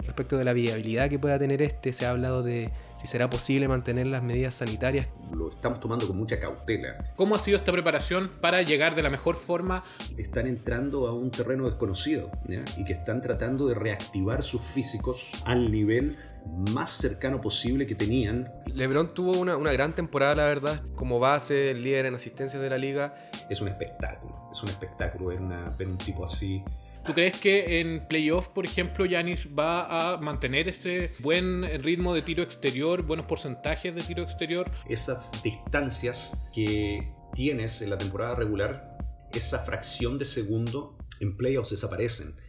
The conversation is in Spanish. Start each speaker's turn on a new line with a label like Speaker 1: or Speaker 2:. Speaker 1: respecto de la viabilidad que pueda tener este, se ha hablado de si será posible mantener las medidas sanitarias.
Speaker 2: Lo estamos tomando con mucha cautela.
Speaker 3: ¿Cómo ha sido esta preparación para llegar de la mejor forma?
Speaker 2: Están entrando a un terreno desconocido ¿ya? y que están tratando de reactivar sus físicos al nivel más cercano posible que tenían.
Speaker 4: Lebron tuvo una, una, gran temporada, la verdad, como base, líder en asistencias de la liga.
Speaker 2: Es un espectáculo, es un espectáculo ver, una, ver un tipo así.
Speaker 3: ¿Tú crees que en playoff, por ejemplo, Yanis va a mantener ese buen ritmo de tiro exterior, buenos porcentajes de tiro exterior?
Speaker 2: Esas distancias que tienes en la temporada regular, esa fracción de segundo, en playoffs desaparecen